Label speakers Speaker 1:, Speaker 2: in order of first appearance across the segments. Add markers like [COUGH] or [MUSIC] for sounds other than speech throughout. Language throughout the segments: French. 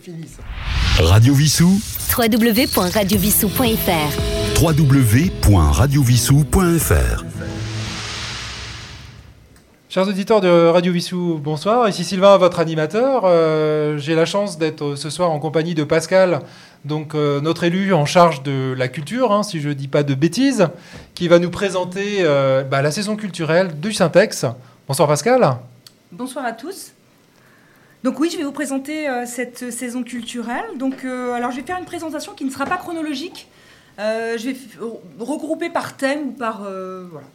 Speaker 1: fini ça.
Speaker 2: Radio Vissou,
Speaker 3: www.radiovissou.fr
Speaker 2: www.radiovissou.fr.
Speaker 1: Chers auditeurs de Radio Vissou, bonsoir. Ici Sylvain, votre animateur. Euh, J'ai la chance d'être euh, ce soir en compagnie de Pascal, donc euh, notre élu en charge de la culture, hein, si je ne dis pas de bêtises, qui va nous présenter euh, bah, la saison culturelle du Syntex. Bonsoir Pascal.
Speaker 4: Bonsoir à tous. Donc oui, je vais vous présenter euh, cette saison culturelle. Donc euh, alors je vais faire une présentation qui ne sera pas chronologique. Euh, je vais f- regrouper par thème ou par euh, voilà.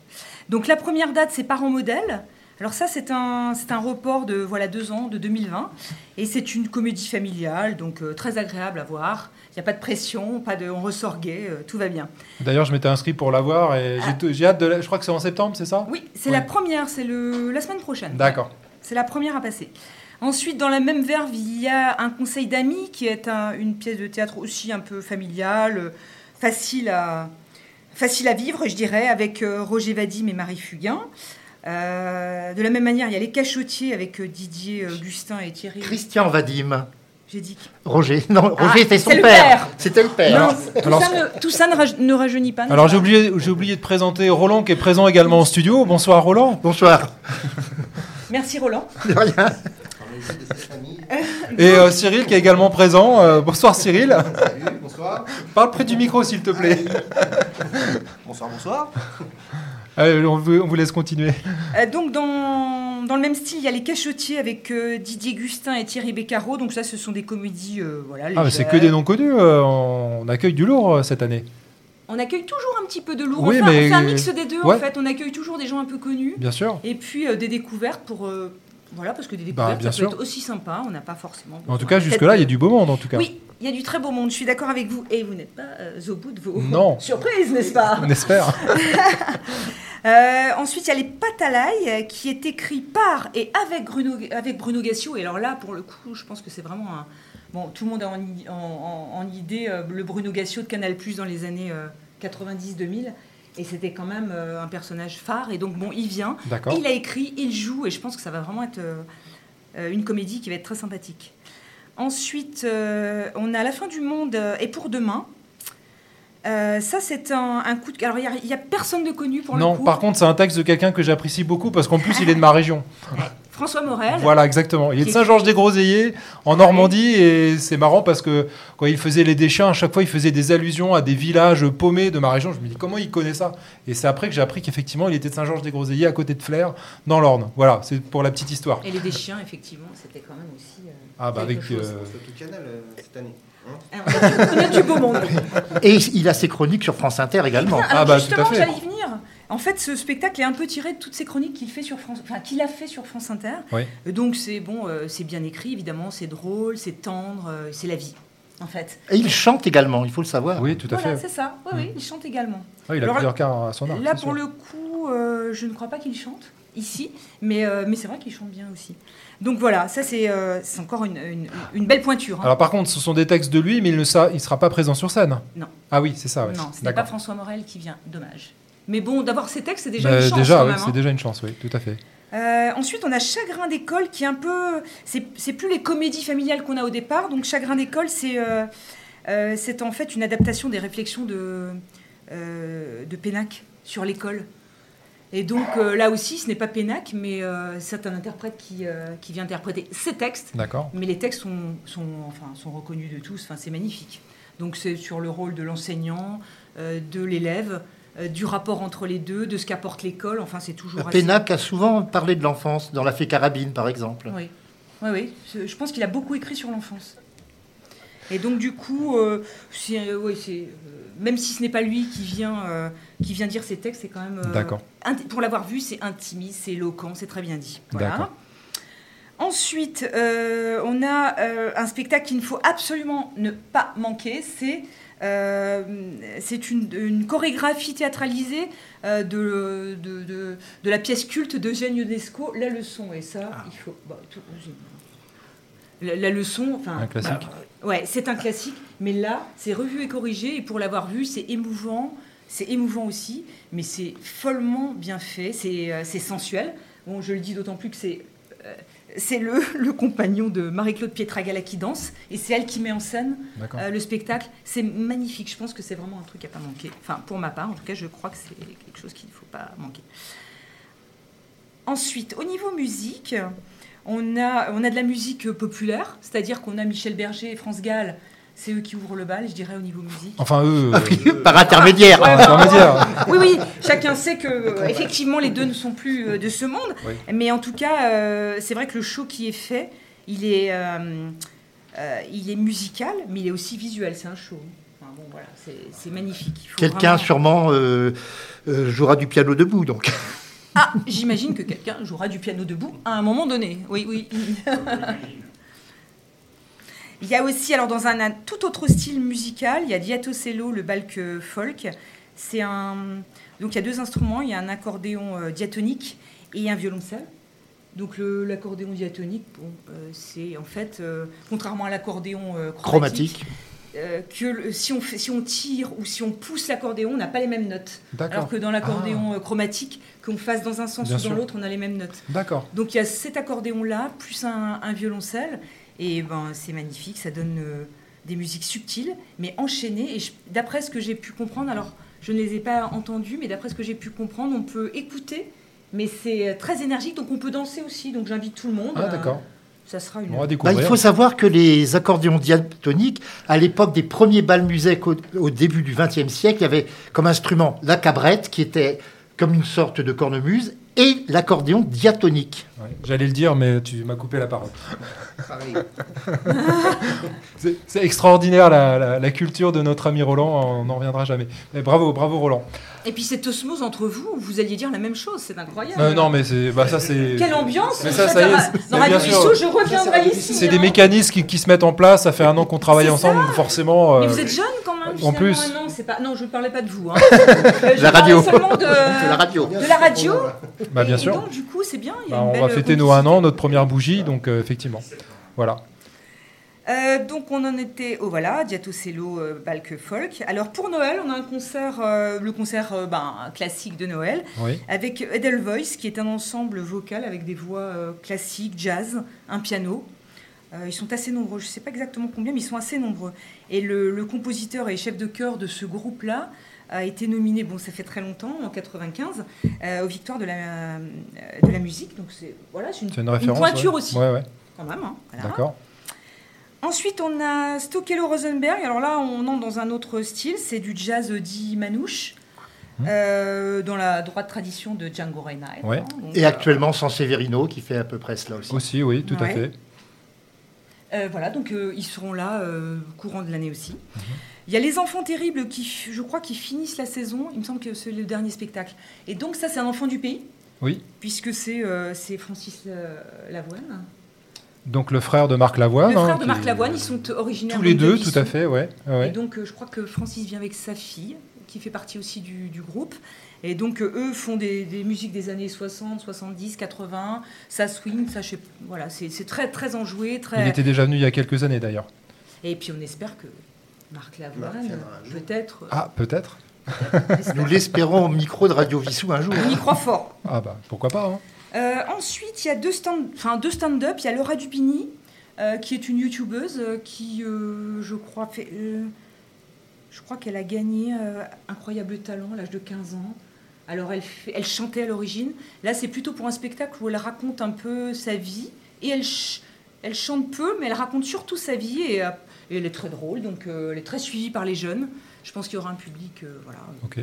Speaker 4: Donc la première date, c'est Parents modèles. Alors ça, c'est un, c'est un report de voilà deux ans, de 2020, et c'est une comédie familiale, donc euh, très agréable à voir. Il n'y a pas de pression, pas de, on ressort gay, euh, tout va bien.
Speaker 1: D'ailleurs, je m'étais inscrit pour la voir et j'ai
Speaker 4: Ah.
Speaker 1: tout- j'ai hâte de la... Je crois que c'est en septembre, c'est ça
Speaker 4: Oui, c'est
Speaker 1: Ouais.
Speaker 4: la première, c'est le la semaine prochaine.
Speaker 1: D'accord.
Speaker 4: C'est la première à passer. Ensuite, dans la même verve, il y a un conseil d'amis qui est un- une pièce de théâtre aussi un peu familiale, euh, facile à, facile à vivre, je dirais, avec euh, Roger Vadim et Marie Fugain. Euh, de la même manière, il y a Les Cachotiers avec euh, Didier euh, Gustin et Thierry.
Speaker 5: Christian Vadim.
Speaker 4: J'ai dit. que-
Speaker 5: Roger. Non,
Speaker 4: Ah,
Speaker 5: Roger, c'est son
Speaker 4: c'est le
Speaker 5: père.
Speaker 4: père.
Speaker 5: C'était le père.
Speaker 1: Alors-
Speaker 4: Non, tout,
Speaker 1: alors-
Speaker 4: ça ne, tout ça ne raje- ne rajeunit pas. n'est-ce
Speaker 1: Alors
Speaker 4: pas
Speaker 1: j'ai oublié, j'ai oublié de présenter Roland qui est présent également en studio. Bonsoir Roland.
Speaker 5: Bonsoir.
Speaker 4: Merci Roland.
Speaker 5: De rien.
Speaker 1: Et euh, Cyril qui est également présent. Euh, bonsoir Cyril. bonsoir. Parle près du micro s'il te plaît.
Speaker 6: Bonsoir, bonsoir.
Speaker 1: Allez, on, vous, on vous laisse continuer.
Speaker 4: Euh, donc dans, dans le même style, il y a les cachotiers avec euh, Didier Gustin et Thierry Beccaro. Donc ça, ce sont des comédies, euh, voilà.
Speaker 1: Ah mais c'est que des noms connus. euh, on accueille du lourd euh, cette année.
Speaker 4: On accueille toujours un petit peu de lourd.
Speaker 1: Oui,
Speaker 4: on, fait,
Speaker 1: mais-
Speaker 4: on fait un mix des deux
Speaker 1: Ouais.
Speaker 4: en fait. On accueille toujours des gens un peu connus
Speaker 1: Bien sûr.
Speaker 4: et puis euh, des découvertes pour euh, voilà parce que des
Speaker 1: Bah,
Speaker 4: découvertes
Speaker 1: bien
Speaker 4: ça
Speaker 1: sûr.
Speaker 4: peut être aussi sympa. On n'a pas forcément.
Speaker 1: En
Speaker 4: besoin.
Speaker 1: tout cas
Speaker 4: Peut-être
Speaker 1: jusque là il y a
Speaker 4: que-
Speaker 1: du beau monde en tout cas.
Speaker 4: Oui, il y a du très beau monde. Je suis d'accord avec vous et vous n'êtes pas euh, au bout de vos
Speaker 1: Non.
Speaker 4: [LAUGHS] surprises, n'est-ce pas
Speaker 1: On espère.
Speaker 4: Euh, ensuite, il y a les Patalaï, euh, qui est écrit par et avec Bruno, avec Bruno Gassio. Et alors là, pour le coup, je pense que c'est vraiment un. Bon, tout le monde a en, i- en- en- en idée euh, le Bruno Gassio de Canal Plus dans les années euh, 90-2000. Et c'était quand même euh, un personnage phare. Et donc, bon, il vient,
Speaker 1: D'accord.
Speaker 4: il a écrit, il joue. Et je pense que ça va vraiment être euh, euh, une comédie qui va être très sympathique. Ensuite, euh, on a La fin du monde euh, et pour demain. Euh, ça, c'est un, un coup de. Alors, il y a- il n'y a, personne de connu pour le
Speaker 1: Non
Speaker 4: coup.
Speaker 1: par contre c'est un texte de quelqu'un que j'apprécie beaucoup parce qu'en plus il est de ma région.
Speaker 4: François Morel.
Speaker 1: Voilà, exactement. Il est de
Speaker 4: Qui-
Speaker 1: Saint-Georges-des-Groseilliers, en Normandie, et c'est marrant parce que quand il faisait les déchets, à chaque fois, il faisait des allusions à des villages paumés de ma région. Je me dis, comment il connaît ça Et c'est après que j'ai appris qu'effectivement, il était de Saint-Georges-des-Groseilliers, à côté de Flers, dans l'Orne. Voilà, c'est pour la petite histoire.
Speaker 4: Et les des chiens, effectivement, c'était quand même aussi. euh,
Speaker 1: Ah, bah, avec.
Speaker 4: quelque chose.
Speaker 1: euh,
Speaker 6: Surtout Canal euh, cette année.
Speaker 4: Ah, On a, du- on a du beau monde.
Speaker 5: Et il a ses chroniques sur France Inter également.
Speaker 4: Alors,
Speaker 1: bah, tout à
Speaker 4: justement,
Speaker 1: fait.
Speaker 4: j'allais y venir. En fait, ce spectacle est un peu tiré de toutes ces chroniques qu'il fait sur France, enfin, qu'il a fait sur France Inter.
Speaker 1: Oui.
Speaker 4: Euh, Donc c'est bon, euh, c'est bien écrit, évidemment, c'est drôle, c'est tendre, euh, c'est la vie, en fait.
Speaker 5: Et il chante également, il faut le savoir.
Speaker 1: Oui, tout à fait.
Speaker 4: voilà,
Speaker 1: Mm.
Speaker 4: c'est ça. Oui, oui, il chante également.
Speaker 1: Ah, il a
Speaker 4: Alors,
Speaker 1: plusieurs cas à son arc.
Speaker 4: Là,
Speaker 1: c'est
Speaker 4: pour
Speaker 1: sûr.
Speaker 4: le coup, euh, je ne crois pas qu'il chante ici, mais, euh, mais c'est vrai qu'il chante bien aussi. Donc voilà, ça c'est euh, c'est encore une, une- une belle pointure. hein.
Speaker 1: Alors, par contre, ce sont des textes de lui, mais il ne sa- il sera pas présent sur scène.
Speaker 4: Non.
Speaker 1: Ah oui, c'est ça, ouais.
Speaker 4: Non, ce n'est pas
Speaker 1: D'accord.
Speaker 4: François Morel qui vient, dommage. Mais bon, d'avoir ces textes, c'est déjà
Speaker 1: Bah,
Speaker 4: une chance
Speaker 1: déjà,
Speaker 4: quand
Speaker 1: oui,
Speaker 4: même,
Speaker 1: c'est
Speaker 4: hein.
Speaker 1: déjà une chance, oui, tout à fait.
Speaker 4: Euh, ensuite, on a Chagrin d'école qui est un peu... C'est c'est plus les comédies familiales qu'on a au départ. Donc Chagrin d'école, c'est euh, euh, c'est en fait une adaptation des réflexions de, euh, de Pénac sur l'école. Et donc euh, là aussi, ce n'est pas Pénac, mais euh, c'est un interprète qui, euh, qui vient interpréter ses textes.
Speaker 1: D'accord.
Speaker 4: Mais les textes sont, sont, enfin, sont reconnus de tous, enfin, c'est magnifique. Donc c'est sur le rôle de l'enseignant, euh, de l'élève, euh, du rapport entre les deux, de ce qu'apporte l'école, enfin c'est toujours assez-
Speaker 5: Euh, Pénac a souvent parlé de l'enfance, dans La Fée Carabine par exemple.
Speaker 4: Oui, oui, oui. Je- je pense qu'il a beaucoup écrit sur l'enfance. Et donc du coup, euh, c'est, euh, ouais, c'est, euh, même si ce n'est pas lui qui vient, euh, qui vient dire ses textes, c'est quand même... euh,
Speaker 1: D'accord.
Speaker 4: inti- Pour l'avoir vu, c'est intimiste, c'est éloquent, c'est très bien dit. Voilà.
Speaker 1: D'accord.
Speaker 4: Ensuite, euh, on a euh, un spectacle qu'il ne faut absolument ne pas manquer. C'est euh, c'est une, une chorégraphie théâtralisée euh, de, de, de- de la pièce culte d'Eugène Ionesco, La Leçon. Et ça,
Speaker 1: Ah.
Speaker 4: il faut. bah, tout- j'ai- la, la leçon, enfin, bah,
Speaker 1: Un classique.
Speaker 4: Ouais, c'est un classique, mais là, c'est revu et corrigé, et pour l'avoir vu, c'est émouvant, c'est émouvant aussi, mais c'est follement bien fait, c'est euh, c'est sensuel. Bon, je le dis d'autant plus que c'est euh, c'est le, le compagnon de Marie-Claude Pietragala qui danse, et c'est elle qui met en scène
Speaker 1: D'accord.
Speaker 4: euh, le spectacle. C'est magnifique, je pense que c'est vraiment un truc à pas manquer. Enfin, pour ma part, en tout cas, je crois que c'est quelque chose qu'il ne faut pas manquer. Ensuite, au niveau musique, on a, on a de la musique euh, populaire, c'est-à-dire qu'on a Michel Berger et France Gall, c'est eux qui ouvrent le bal, je dirais, au niveau musique.
Speaker 1: Enfin, eux.
Speaker 4: Ah,
Speaker 1: euh,
Speaker 5: Par intermédiaire.
Speaker 4: Ouais,
Speaker 1: on va dire.
Speaker 4: [LAUGHS] Oui, oui, chacun sait que euh, effectivement les deux ne sont plus euh, de ce monde,
Speaker 1: Oui.
Speaker 4: mais en tout cas, euh, c'est vrai que le show qui est fait, il est, euh, euh, il est musical, mais il est aussi visuel. C'est un show. Enfin, bon, voilà, c'est- c'est magnifique. il faut
Speaker 5: Quelqu'un
Speaker 4: vraiment-
Speaker 5: sûrement euh, euh, jouera du piano debout, donc.
Speaker 4: Ah, j'imagine que quelqu'un jouera du piano debout à un moment donné. Oui, oui. [LAUGHS] il y a aussi, alors dans un, un tout autre style musical, il y a Diatocello, le balque folk. C'est un. Donc il y a deux instruments, il y a un accordéon euh, diatonique et un violoncelle. Donc le- l'accordéon diatonique, bon, euh, c'est en fait, euh, contrairement à l'accordéon euh, chromatique,
Speaker 5: Chromatique.
Speaker 4: euh, que le- si, on fait- si on tire ou si on pousse l'accordéon, on n'a pas les mêmes notes. Alors
Speaker 1: D'accord. Ah.
Speaker 4: que dans l'accordéon euh, chromatique, qu'on fasse dans un sens
Speaker 1: Bien
Speaker 4: ou dans
Speaker 1: sûr.
Speaker 4: l'autre, on a les mêmes notes.
Speaker 1: D'accord.
Speaker 4: Donc il y a cet accordéon-là, plus un, un violoncelle, et ben, c'est magnifique, ça donne euh, des musiques subtiles, mais enchaînées. Et je- d'après ce que j'ai pu comprendre, alors je ne les ai pas entendues, mais d'après ce que j'ai pu comprendre, on peut écouter, mais c'est euh, très énergique, donc on peut danser aussi. Donc j'invite tout le monde.
Speaker 1: Ah,
Speaker 4: Euh,
Speaker 1: d'accord.
Speaker 4: Ça sera une.
Speaker 1: On va
Speaker 5: Bah,
Speaker 1: découvrir.
Speaker 5: il faut savoir que les accordéons diatoniques, à l'époque des premiers bals musiques au, au début du XXe siècle, il y avait comme instrument la cabrette, qui était comme une sorte de cornemuse, et l'accordéon diatonique.
Speaker 1: Ouais, J'allais le dire, mais tu m'as coupé la parole.
Speaker 6: Pareil.
Speaker 1: [LAUGHS] C'est c'est extraordinaire la, la- la culture de notre ami Roland, on n'en reviendra jamais. Mais bravo, bravo Roland.
Speaker 4: Et puis cette osmose entre vous, vous alliez dire la même chose, c'est incroyable.
Speaker 1: Euh, non, mais c'est, bah, ça c'est.
Speaker 4: Quelle ambiance
Speaker 1: Mais
Speaker 4: vous
Speaker 1: ça,
Speaker 4: faites
Speaker 1: ça y
Speaker 4: dans
Speaker 1: est,
Speaker 4: la-
Speaker 1: c'est-
Speaker 4: Dans
Speaker 1: bien
Speaker 4: Radio
Speaker 1: sûr. Ah,
Speaker 4: Issou, je reviendrai ici.
Speaker 1: C'est des
Speaker 4: hein.
Speaker 1: mécanismes qui, qui se mettent en place. Ça fait un an qu'on travaille
Speaker 4: C'est
Speaker 1: ensemble, donc forcément.
Speaker 4: Mais
Speaker 1: euh,
Speaker 4: vous êtes jeune quand même.
Speaker 1: en
Speaker 4: finalement.
Speaker 1: plus.
Speaker 4: Ah Non, c'est pas. Non, je ne parlais pas
Speaker 1: [LAUGHS]
Speaker 4: de vous. hein. Euh, je
Speaker 5: La
Speaker 4: parlais
Speaker 5: radio.
Speaker 4: Seulement de,
Speaker 5: De la radio.
Speaker 4: de la radio.
Speaker 1: bah, bien
Speaker 4: Et
Speaker 1: sûr.
Speaker 4: donc, du coup, c'est bien. il y a
Speaker 1: Bah,
Speaker 4: une
Speaker 1: on
Speaker 4: belle
Speaker 1: va fêter nos
Speaker 4: complicité.
Speaker 1: un an, notre première bougie, donc euh, effectivement. Voilà.
Speaker 4: Euh, donc on en était, oh voilà, Diatocello, euh, Balk Folk. Alors pour Noël, on a un concert, euh, le concert euh, ben, classique de Noël,
Speaker 1: Oui.
Speaker 4: avec Edelweiss, qui est un ensemble vocal avec des voix euh, classiques, jazz, un piano. Euh, ils sont assez nombreux, je ne sais pas exactement combien, mais ils sont assez nombreux. Et le, le compositeur et chef de chœur de ce groupe-là a été nominé, bon, ça fait très longtemps, en 95, euh, aux Victoires de la, euh, de la musique. Donc c'est voilà, c'est une,
Speaker 1: C'est une référence.
Speaker 4: pointure
Speaker 1: ouais.
Speaker 4: aussi,
Speaker 1: Ouais, ouais.
Speaker 4: quand même. hein, voilà.
Speaker 1: D'accord.
Speaker 4: Ensuite, on a Stokelo Rosenberg. Alors là, on entre dans un autre style. C'est du jazz euh, dit manouche, euh, dans la droite tradition de Django Reinhardt.
Speaker 1: Mmh. Ouais.
Speaker 4: hein. Donc,
Speaker 5: Et
Speaker 4: euh,
Speaker 5: actuellement, San Severino, qui fait à peu près cela aussi.
Speaker 1: Aussi, oui, tout à
Speaker 4: Ouais.
Speaker 1: fait.
Speaker 4: euh, voilà, donc euh, ils seront là euh, courant de l'année aussi.
Speaker 1: Mmh.
Speaker 4: Il y a Les Enfants Terribles, qui, f- je crois, qui finissent la saison. Il me semble que c'est le dernier spectacle. Et donc ça, c'est un enfant du pays,
Speaker 1: Oui.
Speaker 4: puisque c'est euh, c'est Francis euh, Lavoine.
Speaker 1: Donc le frère de Marc Lavoine.
Speaker 4: le frère
Speaker 1: hein,
Speaker 4: de
Speaker 1: qui-
Speaker 4: Marc Lavoine, ils sont originaires
Speaker 1: Tous les
Speaker 4: donc,
Speaker 1: deux,
Speaker 4: de
Speaker 1: tout à
Speaker 4: Vissou.
Speaker 1: fait, ouais.
Speaker 4: Et
Speaker 1: ouais.
Speaker 4: donc, euh, je crois que Francis vient avec sa fille, qui fait partie aussi du, du groupe. Et donc, euh, eux font des, des musiques des années 60, 70, 80. Ça swing, ça, je sais- Voilà, c'est c'est très, très enjoué.
Speaker 1: Il
Speaker 4: Très...
Speaker 1: était déjà venu il y a quelques années d'ailleurs.
Speaker 4: Et puis, on espère que Marc
Speaker 6: Marc
Speaker 4: Lavoine,
Speaker 6: viendra un jour.
Speaker 4: peut-être. euh,
Speaker 1: Ah, peut-être
Speaker 4: j'espère.
Speaker 5: Nous l'espérons au micro de Radio Vissou un jour.
Speaker 4: on euh, y croit fort.
Speaker 1: Ah, bah pourquoi pas. hein.
Speaker 4: Euh, ensuite, il y a deux, stand, enfin, deux stand-up. Il y a Laura Dubini, euh, qui est une youtubeuse euh, qui, euh, je crois, fait, euh, je crois qu'elle a gagné euh, Incroyable Talent à l'âge de 15 ans. Alors, elle, fait- elle chantait à l'origine. Là, c'est plutôt pour un spectacle où elle raconte un peu sa vie. Et elle, ch- elle chante peu, mais elle raconte surtout sa vie. Et, euh, et elle est très drôle, donc euh, elle est très suivie par les jeunes. Je pense qu'il y aura un public euh, voilà,
Speaker 1: Ok.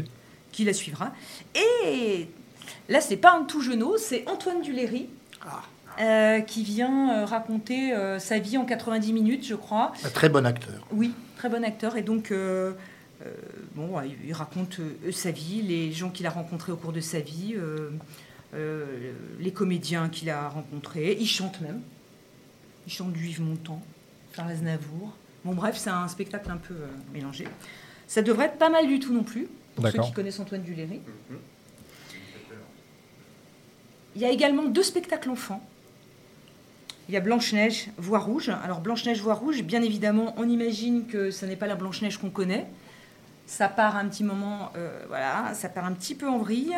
Speaker 4: qui la suivra. Et là, c'est pas un tout jeuneau, c'est Antoine Duléry. euh, qui vient euh, raconter euh, sa vie en 90 minutes, je crois.
Speaker 5: Un très bon acteur.
Speaker 4: Oui, très bon acteur. Et donc, euh, euh, bon, ouais, il raconte euh, sa vie, les gens qu'il a rencontrés au cours de sa vie, euh, euh, les comédiens qu'il a rencontrés. Il chante même. Il chante du Yves Montand, Charles Aznavour. Bon, bref, c'est un spectacle un peu euh, mélangé. Ça devrait être pas mal du tout non plus, pour ceux
Speaker 1: D'accord.
Speaker 4: qui connaissent Antoine Duléry. Il y a également deux spectacles enfants. Il y a Blanche-Neige, Voix Rouge. Alors, Blanche-Neige, Voix Rouge, bien évidemment, on imagine que ce n'est pas la Blanche-Neige qu'on connaît. Ça part un petit moment, euh, voilà, ça part un petit peu en vrille.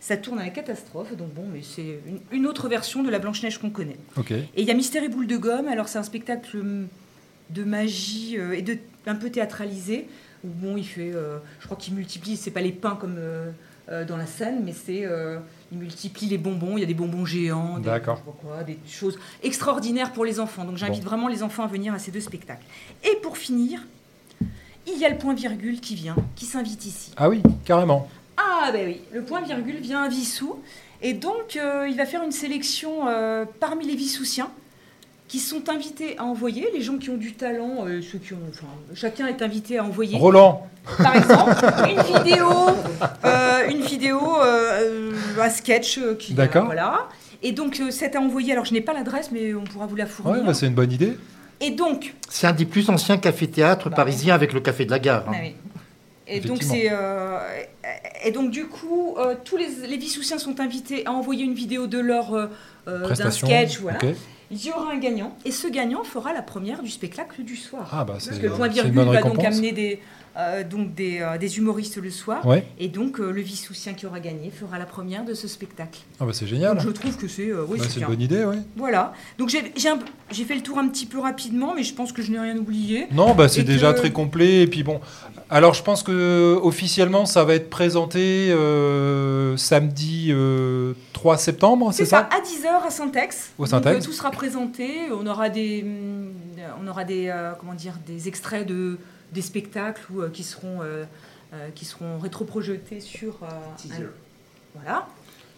Speaker 4: Ça tourne à la catastrophe. Donc bon, mais c'est une, une autre version de la Blanche Neige qu'on connaît.
Speaker 1: Ok.
Speaker 4: Et il y a Mystère et Boule de Gomme. Alors, c'est un spectacle hum, de magie euh, et de, un peu théâtralisé. Où, bon, il fait. euh, je crois qu'il multiplie. C'est pas les pains comme euh, euh, dans la scène, mais c'est. euh, il multiplie les bonbons. Il y a des bonbons géants, des,
Speaker 1: D'accord.
Speaker 4: je sais pas quoi, des choses extraordinaires pour les enfants. Donc, j'invite
Speaker 1: Bon.
Speaker 4: vraiment les enfants à venir à ces deux spectacles. Et pour finir, il y a le point virgule qui vient, qui s'invite ici.
Speaker 1: Ah oui, carrément.
Speaker 4: Ah ben oui, le point virgule vient à Vissou. Et donc, euh, il va faire une sélection euh, parmi les Vissoussiens qui sont invités à envoyer, les gens qui ont du talent, euh, ceux qui ont... Enfin, chacun est invité à envoyer,
Speaker 1: Roland,
Speaker 4: par exemple, une vidéo, euh, une vidéo, euh, euh, un sketch euh, qui...
Speaker 1: D'accord.
Speaker 4: Voilà. Et donc, euh, c'est à envoyer. Alors, je n'ai pas l'adresse, mais on pourra vous la
Speaker 1: ouais,
Speaker 4: fournir.
Speaker 1: bah, c'est une bonne idée.
Speaker 4: Et donc,
Speaker 5: C'est un des plus anciens cafés-théâtres
Speaker 4: Bah,
Speaker 5: parisiens avec le Café de la Gare. hein.
Speaker 4: Ah oui. Et donc,
Speaker 1: Effectivement.
Speaker 4: c'est, euh, et donc, du coup, euh, tous les, les Vissoussiens sont invités à envoyer une vidéo de leur euh, euh, d'un
Speaker 1: Prestation.
Speaker 4: sketch. Voilà.
Speaker 1: ok.
Speaker 4: Il y aura un gagnant, et ce gagnant fera la première du spectacle du soir.
Speaker 1: Ah bah c'est
Speaker 4: Parce que le point
Speaker 1: c'est une
Speaker 4: virgule
Speaker 1: bonne
Speaker 4: va donc
Speaker 1: récompense.
Speaker 4: amener des, euh, donc des, euh, des humoristes le soir,
Speaker 1: Ouais,
Speaker 4: et donc euh, le Vissoussien qui aura gagné fera la première de ce spectacle.
Speaker 1: ah bah c'est
Speaker 4: Donc,
Speaker 1: génial.
Speaker 4: je trouve que c'est euh, oui,
Speaker 1: Bah,
Speaker 4: c'est
Speaker 1: c'est une
Speaker 4: bien.
Speaker 1: bonne idée, oui.
Speaker 4: Voilà. Donc j'ai j'ai un- j'ai fait le tour un petit peu rapidement, mais je pense que je n'ai rien oublié.
Speaker 1: Non, bah, c'est
Speaker 4: Et
Speaker 1: déjà
Speaker 4: que-
Speaker 1: très complet. Et puis bon, alors je pense que officiellement ça va être présenté euh, samedi euh, 3 septembre,
Speaker 4: C'est
Speaker 1: c'est ça,
Speaker 4: ça, à 10h à Syntex.
Speaker 1: Au Syntex.
Speaker 4: Donc, euh, tout sera présenté. On aura des, hum, on aura des, euh, comment dire, des extraits de, des spectacles ou, euh, qui seront, euh, euh, qui seront rétroprojetés sur, euh,
Speaker 6: Teaser.
Speaker 4: voilà,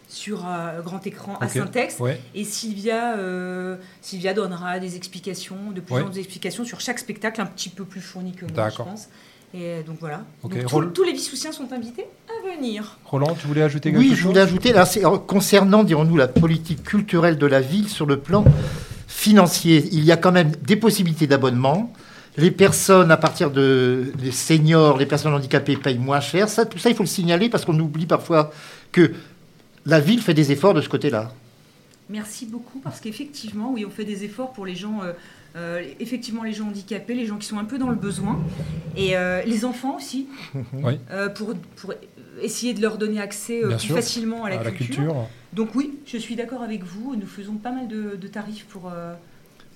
Speaker 4: sur euh, grand écran à
Speaker 1: Ok.
Speaker 4: Syntex.
Speaker 1: Ouais.
Speaker 4: Et Sylvia, euh, Sylvia donnera des explications, de plus
Speaker 1: Ouais.
Speaker 4: en plus d'explications sur chaque spectacle, un petit peu plus fourni que moi, je
Speaker 1: D'accord.
Speaker 4: pense. Et donc voilà.
Speaker 1: Ok,
Speaker 4: Donc, tous-
Speaker 1: Roll.
Speaker 4: tous les Vissoussiens sont invités à venir.
Speaker 1: Roland, tu voulais ajouter quelque
Speaker 5: Oui,
Speaker 1: chose
Speaker 5: je voulais ajouter, alors, c'est- alors, concernant, dirons-nous, la politique culturelle de la ville sur le plan financier, il y a quand même des possibilités d'abonnement. Les personnes, à partir de les seniors, les personnes handicapées payent moins cher. Ça, tout ça, il faut le signaler parce qu'on oublie parfois que la ville fait des efforts de ce côté-là.
Speaker 4: Merci beaucoup parce qu'effectivement, oui, on fait des efforts pour les gens, euh, euh, effectivement les gens handicapés, les gens qui sont un peu dans le besoin, et euh, les enfants aussi,
Speaker 1: [LAUGHS] Oui.
Speaker 4: euh, pour, pour essayer de leur donner accès euh,
Speaker 1: Bien
Speaker 4: plus
Speaker 1: sûr,
Speaker 4: facilement à la,
Speaker 1: à la
Speaker 4: culture.
Speaker 1: culture.
Speaker 4: Donc oui, je suis d'accord avec vous, nous faisons pas mal de, de tarifs pour... euh,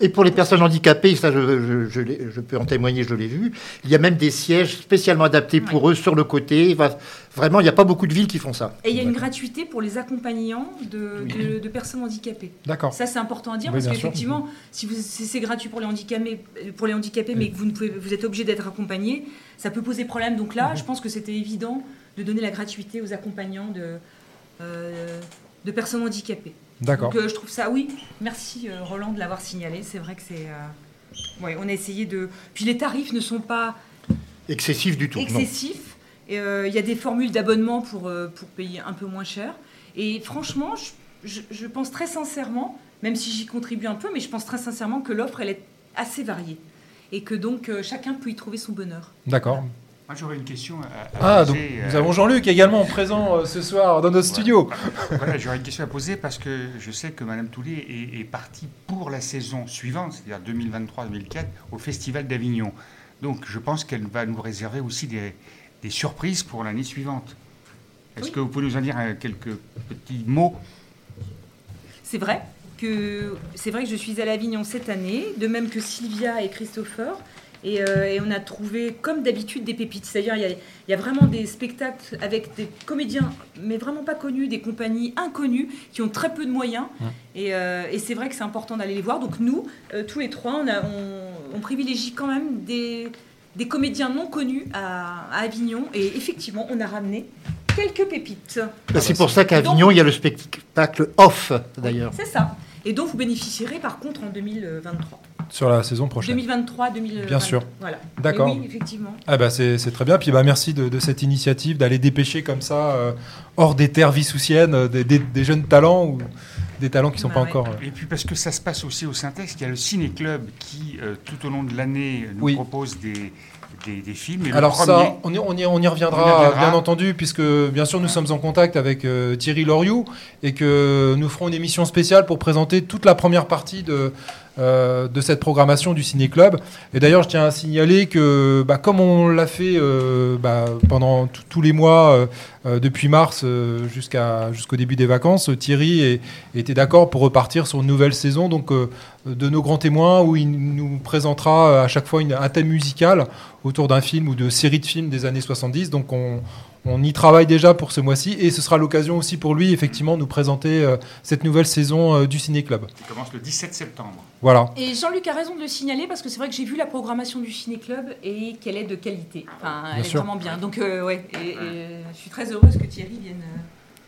Speaker 5: Et pour les personnes handicapées, ça je, je- je l'ai- je peux en témoigner, je l'ai vu, il y a même des sièges spécialement adaptés pour eux sur le côté. Va- Vraiment, il n'y a pas beaucoup de villes qui font ça.
Speaker 4: Et il y a une
Speaker 1: D'accord.
Speaker 4: gratuité pour les accompagnants de, de- de personnes handicapées.
Speaker 1: D'accord.
Speaker 4: Ça, c'est important à dire
Speaker 1: Oui,
Speaker 4: parce
Speaker 1: bien sûr.
Speaker 4: qu'effectivement, si, vous- si c'est gratuit pour les handicapés, euh, pour les handicapés
Speaker 1: Et-
Speaker 4: mais que vous, ne pouvez, vous êtes obligé d'être accompagné, ça peut poser problème. Donc là,
Speaker 1: Mhm.
Speaker 4: je pense que c'était évident de donner la gratuité aux accompagnants de, euh, de personnes handicapées.
Speaker 1: D'accord.
Speaker 4: Donc euh, je trouve ça, oui, merci euh, Roland de l'avoir signalé. C'est vrai que c'est. euh, ouais, on a essayé de. Puis les tarifs ne sont pas
Speaker 5: Excessif du tout. non.
Speaker 4: excessif. Et, euh, Il y a des formules d'abonnement pour, euh, pour payer un peu moins cher. Et franchement, je, je- je pense très sincèrement, même si j'y contribue un peu, mais je pense très sincèrement que l'offre, elle est assez variée. Et que donc, euh, chacun peut y trouver son bonheur.
Speaker 1: D'accord.
Speaker 3: Moi, j'aurais une question à, à
Speaker 1: Ah, donc
Speaker 3: poser.
Speaker 1: nous
Speaker 3: euh,
Speaker 1: avons Jean-Luc également présent euh, ce soir dans notre studio.
Speaker 3: [LAUGHS] Voilà, j'aurais une question à poser parce que je sais que Madame Toulet est, est partie pour la saison suivante, c'est-à-dire 2023-2004, au Festival d'Avignon. Donc, je pense qu'elle va nous réserver aussi des, des surprises pour l'année suivante. Est-ce
Speaker 4: Oui.
Speaker 3: que vous pouvez nous en dire euh, quelques petits mots
Speaker 4: C'est vrai que c'est vrai que je suis à l'Avignon cette année, de même que Sylvia et Christopher. Et, euh, et on a trouvé, comme d'habitude, des pépites. C'est-à-dire, il y a- il y, a vraiment des spectacles avec des comédiens, mais vraiment pas connus, des compagnies inconnues, qui ont très peu de moyens. Et, euh, et c'est vrai que c'est important d'aller les voir. Donc nous, euh, tous les trois, on, a- on- on privilégie quand même des, des comédiens non connus à, à Avignon. Et effectivement, on a ramené quelques pépites.
Speaker 5: Bah, c'est pour ça qu'à
Speaker 4: Donc-
Speaker 5: Avignon, il y a le spectacle off, d'ailleurs.
Speaker 4: C'est ça. Et dont vous bénéficierez par contre en 2023.
Speaker 1: Sur la saison prochaine.
Speaker 4: 2023, 2023.
Speaker 1: Bien sûr.
Speaker 4: Voilà.
Speaker 1: D'accord.
Speaker 4: Mais Oui, effectivement.
Speaker 1: Ah bah c'est c'est très bien. Puis bah merci de, de cette initiative d'aller dépêcher comme ça euh, hors des terres vissoussiennes euh, des, des- des jeunes talents ou des talents qui sont
Speaker 4: Bah
Speaker 1: pas
Speaker 4: ouais.
Speaker 1: encore. euh,
Speaker 3: Et puis parce que ça se passe aussi au Syntex, il y a le Ciné Club qui, euh, tout au long de l'année, nous
Speaker 1: Oui.
Speaker 3: propose des, des, des films. Et le
Speaker 1: Alors ça,
Speaker 3: premier-
Speaker 1: on y, on y- on y reviendra,
Speaker 3: On y reviendra.
Speaker 1: bien entendu, puisque bien sûr nous sommes en contact avec euh, Thierry Loriou et que nous ferons une émission spéciale pour présenter toute la première partie de, euh, de cette programmation du Ciné Club. Et d'ailleurs, je tiens à signaler que, bah, comme on l'a fait euh, bah, pendant tout- tous les mois euh, euh, depuis mars euh, jusqu'à jusqu'au début des vacances, euh, Thierry est- était d'accord pour repartir sur une nouvelle saison. Donc euh, de nos grands témoins où il nous présentera euh, à chaque fois une, un thème musical autour d'un film ou de série de films des années 70. Donc on, on y travaille déjà pour ce mois-ci et ce sera l'occasion aussi pour lui effectivement de nous présenter euh, cette nouvelle saison euh, du Ciné Club.
Speaker 3: qui commence le 17 septembre.
Speaker 1: Voilà.
Speaker 4: Et Jean-Luc a raison de le signaler parce que c'est vrai que j'ai vu la programmation du Ciné Club et qu'elle est de qualité. Enfin, elle est
Speaker 1: sûr.
Speaker 4: vraiment bien. Donc, euh, ouais, et, et, euh, je suis très heureuse que Thierry vienne euh,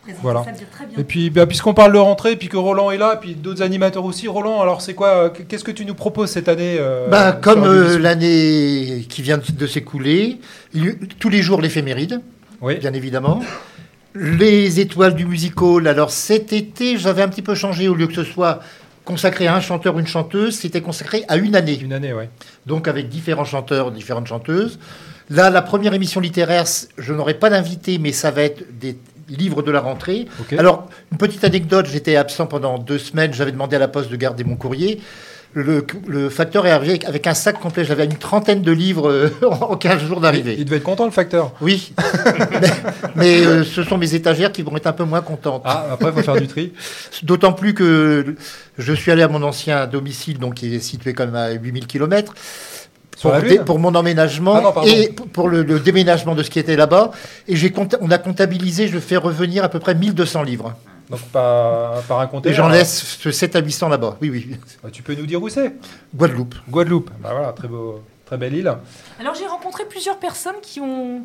Speaker 4: présenter
Speaker 1: Voilà.
Speaker 4: ça dire très bien.
Speaker 1: Et puis bah, puisqu'on parle de rentrée, puis que Roland est là, puis d'autres animateurs aussi. Roland, alors c'est quoi euh, Qu'est-ce que tu nous proposes cette année euh,
Speaker 5: Bah,
Speaker 1: sur
Speaker 5: comme euh,
Speaker 1: Audiovisuel
Speaker 5: l'année qui vient de s'écouler, il y a eu tous les jours l'éphéméride,
Speaker 1: Oui.
Speaker 5: bien évidemment. Les étoiles du musical. Alors cet été, j'avais un petit peu changé. Au lieu que ce soit consacré à un chanteur ou une chanteuse, c'était consacré à une année.
Speaker 1: Une année, ouais.
Speaker 5: donc avec différents chanteurs, différentes chanteuses. Là, la première émission littéraire, c- je n'aurai pas d'invité, mais ça va être des livres de la rentrée.
Speaker 1: Ok.
Speaker 5: Alors, une petite anecdote, j'étais absent pendant deux semaines, j'avais demandé à la poste de garder mon courrier. Le, le facteur est arrivé avec- avec un sac complet, j'avais une trentaine de livres euh, [LAUGHS] en 15 jours
Speaker 1: Il
Speaker 5: d'arrivée.
Speaker 1: devait être content le facteur. [LAUGHS]
Speaker 5: Oui, mais, mais, euh, ce sont mes étagères qui vont être un peu moins contentes.
Speaker 1: Ah, après faut faire du
Speaker 5: [LAUGHS]
Speaker 1: tri.
Speaker 5: D'autant plus que je suis allé à mon ancien domicile, donc qui est situé quand même à 8000 km,
Speaker 1: Sur
Speaker 5: pour,
Speaker 1: la
Speaker 5: dé-
Speaker 1: lune.
Speaker 5: pour mon emménagement
Speaker 1: Ah non, pardon.
Speaker 5: et p- pour le, le déménagement de ce qui était là-bas. Et j'ai compta- on a comptabilisé, je fais revenir à peu près 1200 livres.
Speaker 1: Donc par, par un
Speaker 5: Et
Speaker 1: container.
Speaker 5: j'en laisse ce 7 à 800 là-bas. Oui, oui.
Speaker 1: Bah, Tu peux nous dire où c'est
Speaker 5: Guadeloupe.
Speaker 1: Guadeloupe. Bah voilà, très beau, très belle île.
Speaker 4: Alors, j'ai rencontré plusieurs personnes qui ont,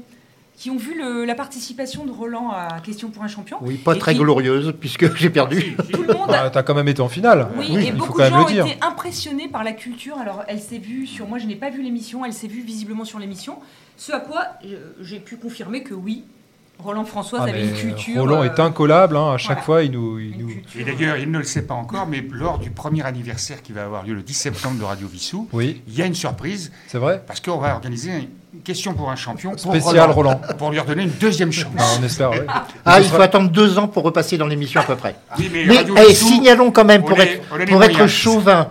Speaker 4: qui ont vu le- la participation de Roland à Question pour un champion.
Speaker 5: Oui, pas
Speaker 4: Et
Speaker 5: très
Speaker 4: qui-
Speaker 5: glorieuse, puisque [LAUGHS] j'ai perdu.
Speaker 4: Tout le monde
Speaker 1: Bah, T'as quand même été en finale.
Speaker 4: Oui,
Speaker 1: Il
Speaker 4: et
Speaker 1: faut
Speaker 4: beaucoup
Speaker 1: quand
Speaker 4: de
Speaker 1: même
Speaker 4: gens
Speaker 1: le dire.
Speaker 4: étaient impressionnés par la culture. Alors, elle s'est vue sur moi, je n'ai pas vu l'émission, elle s'est vue visiblement sur l'émission. Ce à quoi euh, j'ai pu confirmer que oui, Roland François
Speaker 1: Ah,
Speaker 4: avait
Speaker 1: mais
Speaker 4: une culture.
Speaker 1: Roland
Speaker 4: euh,
Speaker 1: est incollable, hein, à chaque
Speaker 4: voilà.
Speaker 1: fois il nous. il
Speaker 4: une
Speaker 1: nous-
Speaker 4: culture,
Speaker 3: Et d'ailleurs, il ne le sait pas encore, mais lors du premier anniversaire qui va avoir lieu le 10 septembre de Radio Vissou,
Speaker 1: Oui,
Speaker 3: il y a une surprise
Speaker 1: c'est vrai.
Speaker 3: parce qu'on va organiser une question pour un champion pour
Speaker 1: Spécial
Speaker 3: Roland,
Speaker 6: [LAUGHS]
Speaker 1: Roland.
Speaker 3: pour lui redonner une deuxième
Speaker 1: Ah,
Speaker 3: chance.
Speaker 1: on espère,
Speaker 4: [LAUGHS]
Speaker 1: oui.
Speaker 5: Ah,
Speaker 1: ce
Speaker 5: il faut
Speaker 1: sera-
Speaker 5: attendre deux ans pour repasser dans l'émission à peu près.
Speaker 3: Oui,
Speaker 5: Mais
Speaker 3: Radio
Speaker 5: eh,
Speaker 3: Vissou-
Speaker 5: signalons quand même,
Speaker 3: on
Speaker 5: pour
Speaker 3: est-
Speaker 5: être,
Speaker 3: on a les
Speaker 5: pour être
Speaker 3: moyens.
Speaker 5: chauvin,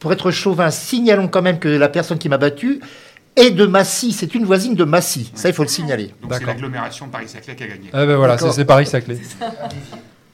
Speaker 5: pour être chauvin, signalons quand même que la personne qui m'a battu est de Massy. C'est une voisine de Massy. Ça, il faut le signaler.
Speaker 3: donc c'est
Speaker 1: D'accord.
Speaker 3: l'agglomération Paris-Saclay qui a gagné.
Speaker 1: Ah, ben voilà, c'est
Speaker 5: D'accord.
Speaker 1: c'est Paris-Saclay.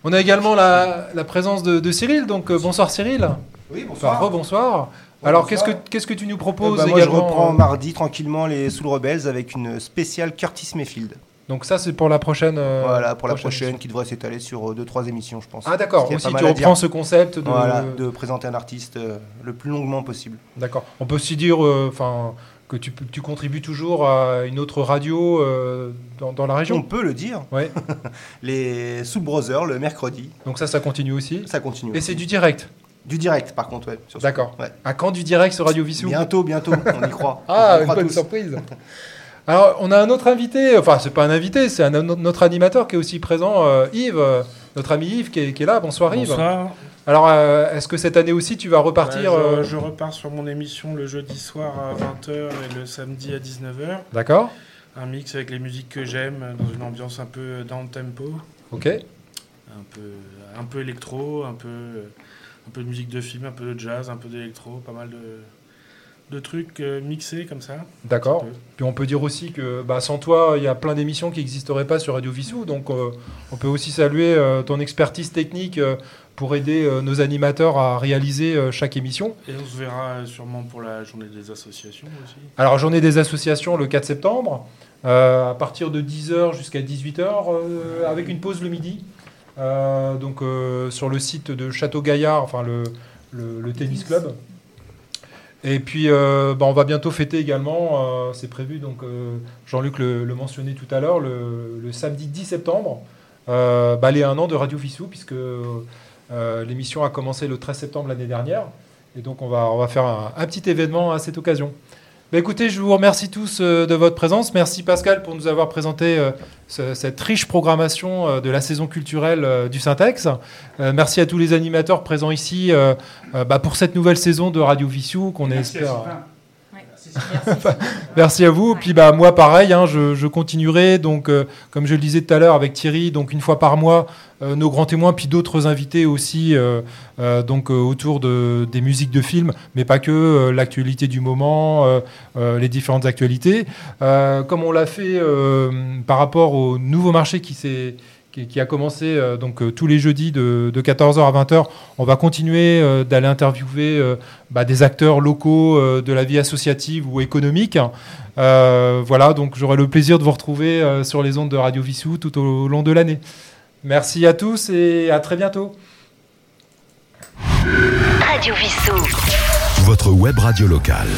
Speaker 1: On a également la, la présence de, de Cyril, donc euh, bonsoir Cyril.
Speaker 6: Oui,
Speaker 1: Enfin,
Speaker 6: bonsoir.
Speaker 1: rebonsoir. Alors qu'est-ce que
Speaker 6: bonsoir.
Speaker 1: qu'est-ce que tu nous
Speaker 6: Euh,
Speaker 1: proposes
Speaker 6: bah, moi, je
Speaker 1: également,
Speaker 6: reprends
Speaker 1: euh,
Speaker 6: mardi tranquillement les Soul Rebels avec une spéciale Curtis Mayfield.
Speaker 1: Donc ça c'est pour la prochaine. euh,
Speaker 6: voilà, pour la prochaine, qui devrait s'étaler sur 2-3 émissions, je pense.
Speaker 1: Ah d'accord.
Speaker 6: Parce qu'il
Speaker 1: Aussi
Speaker 6: y a pas mal
Speaker 1: tu
Speaker 6: à
Speaker 1: reprends
Speaker 6: dire.
Speaker 1: ce concept de.
Speaker 6: Voilà, de présenter un artiste euh, le plus longuement possible.
Speaker 1: D'accord. On peut aussi dire, euh, enfin, que tu, tu contribues toujours à une autre radio euh, dans, dans la
Speaker 6: On
Speaker 1: région.
Speaker 6: peut le dire,
Speaker 1: Ouais.
Speaker 6: [LAUGHS] les Soul Brothers le mercredi,
Speaker 1: Donc ça ça continue aussi.
Speaker 6: ça continue.
Speaker 1: Et c'est du direct.
Speaker 6: Du direct, par contre, ouais. sur ce-
Speaker 1: D'accord.
Speaker 6: Ouais.
Speaker 1: À quand du direct sur Radio Vissou
Speaker 6: Bientôt, bientôt, on y croit.
Speaker 1: Ah,
Speaker 6: on y
Speaker 1: une
Speaker 6: croit
Speaker 1: bonne
Speaker 6: tous.
Speaker 1: surprise.
Speaker 6: [LAUGHS]
Speaker 1: Alors, on a un autre invité, enfin, c'est pas un invité, c'est un, un- notre animateur qui est aussi présent, euh, Yves, euh, notre ami Yves qui est, qui est là. Bonsoir Yves.
Speaker 7: Bonsoir.
Speaker 1: Alors, euh, est-ce que cette année aussi tu vas repartir
Speaker 7: Bah, je,
Speaker 1: euh,
Speaker 7: je repars sur mon émission le jeudi soir à 20h et le samedi à 19h.
Speaker 1: D'accord,
Speaker 7: Un mix avec les musiques que j'aime, euh, dans une ambiance un peu down tempo,
Speaker 1: ok.
Speaker 7: un peu, un peu électro, un peu, euh, un peu de musique de film, un peu de jazz, un peu d'électro, pas mal de, de trucs euh, mixés comme ça.
Speaker 1: D'accord.
Speaker 7: Un petit
Speaker 1: Puis on peut dire aussi que bah, sans toi, il y a plein d'émissions qui n'existeraient pas sur Radio Vissou. Donc euh, on peut aussi saluer euh, ton expertise technique euh, pour aider euh, nos animateurs à réaliser euh, chaque émission.
Speaker 7: Et on se verra sûrement pour la journée des associations aussi.
Speaker 1: Alors, journée des associations le 4 septembre, euh, à partir de 10h jusqu'à 18h, euh, avec une pause le midi. Euh, donc, euh, sur le site de Château Gaillard, enfin le, le- le tennis club. Et puis, euh, bah, on va bientôt fêter également, euh, c'est prévu, donc euh, Jean-Luc le, le mentionnait tout à l'heure, le, le samedi 10 septembre, euh, bah, les un an de Radio Fissou, puisque euh, l'émission a commencé le 13 septembre l'année dernière. Et donc, on va, on va faire un- un petit événement à cette occasion. Bah, écoutez, je vous remercie tous euh, de votre présence. Merci Pascal pour nous avoir présenté euh, ce- cette riche programmation euh, de la saison culturelle euh, du Syntex. Euh, merci à tous les animateurs présents ici euh, euh, bah, pour cette nouvelle saison de Radio Vissou qu'on
Speaker 3: Merci à
Speaker 1: espère.
Speaker 3: Sylvain.
Speaker 4: Ouais.
Speaker 1: Merci à vous. Puis bah moi pareil, hein, je, je continuerai donc euh, comme je le disais tout à l'heure avec Thierry, donc une fois par mois euh, nos grands témoins, puis d'autres invités aussi euh, euh, donc euh, autour de, des musiques de films, mais pas que euh, l'actualité du moment, euh, euh, les différentes actualités, Euh, comme on l'a fait euh, par rapport au nouveau marché qui s'est qui, qui a commencé euh, donc euh, tous les jeudis de, de 14h à 20h. On va continuer euh, d'aller interviewer euh, bah, des acteurs locaux euh, de la vie associative ou économique. hein, Euh, voilà, donc j'aurai le plaisir de vous retrouver euh, sur les ondes de Radio Vissou tout au long de l'année. Merci à tous et à très bientôt.
Speaker 8: Radio Vissou.
Speaker 2: votre web radio locale.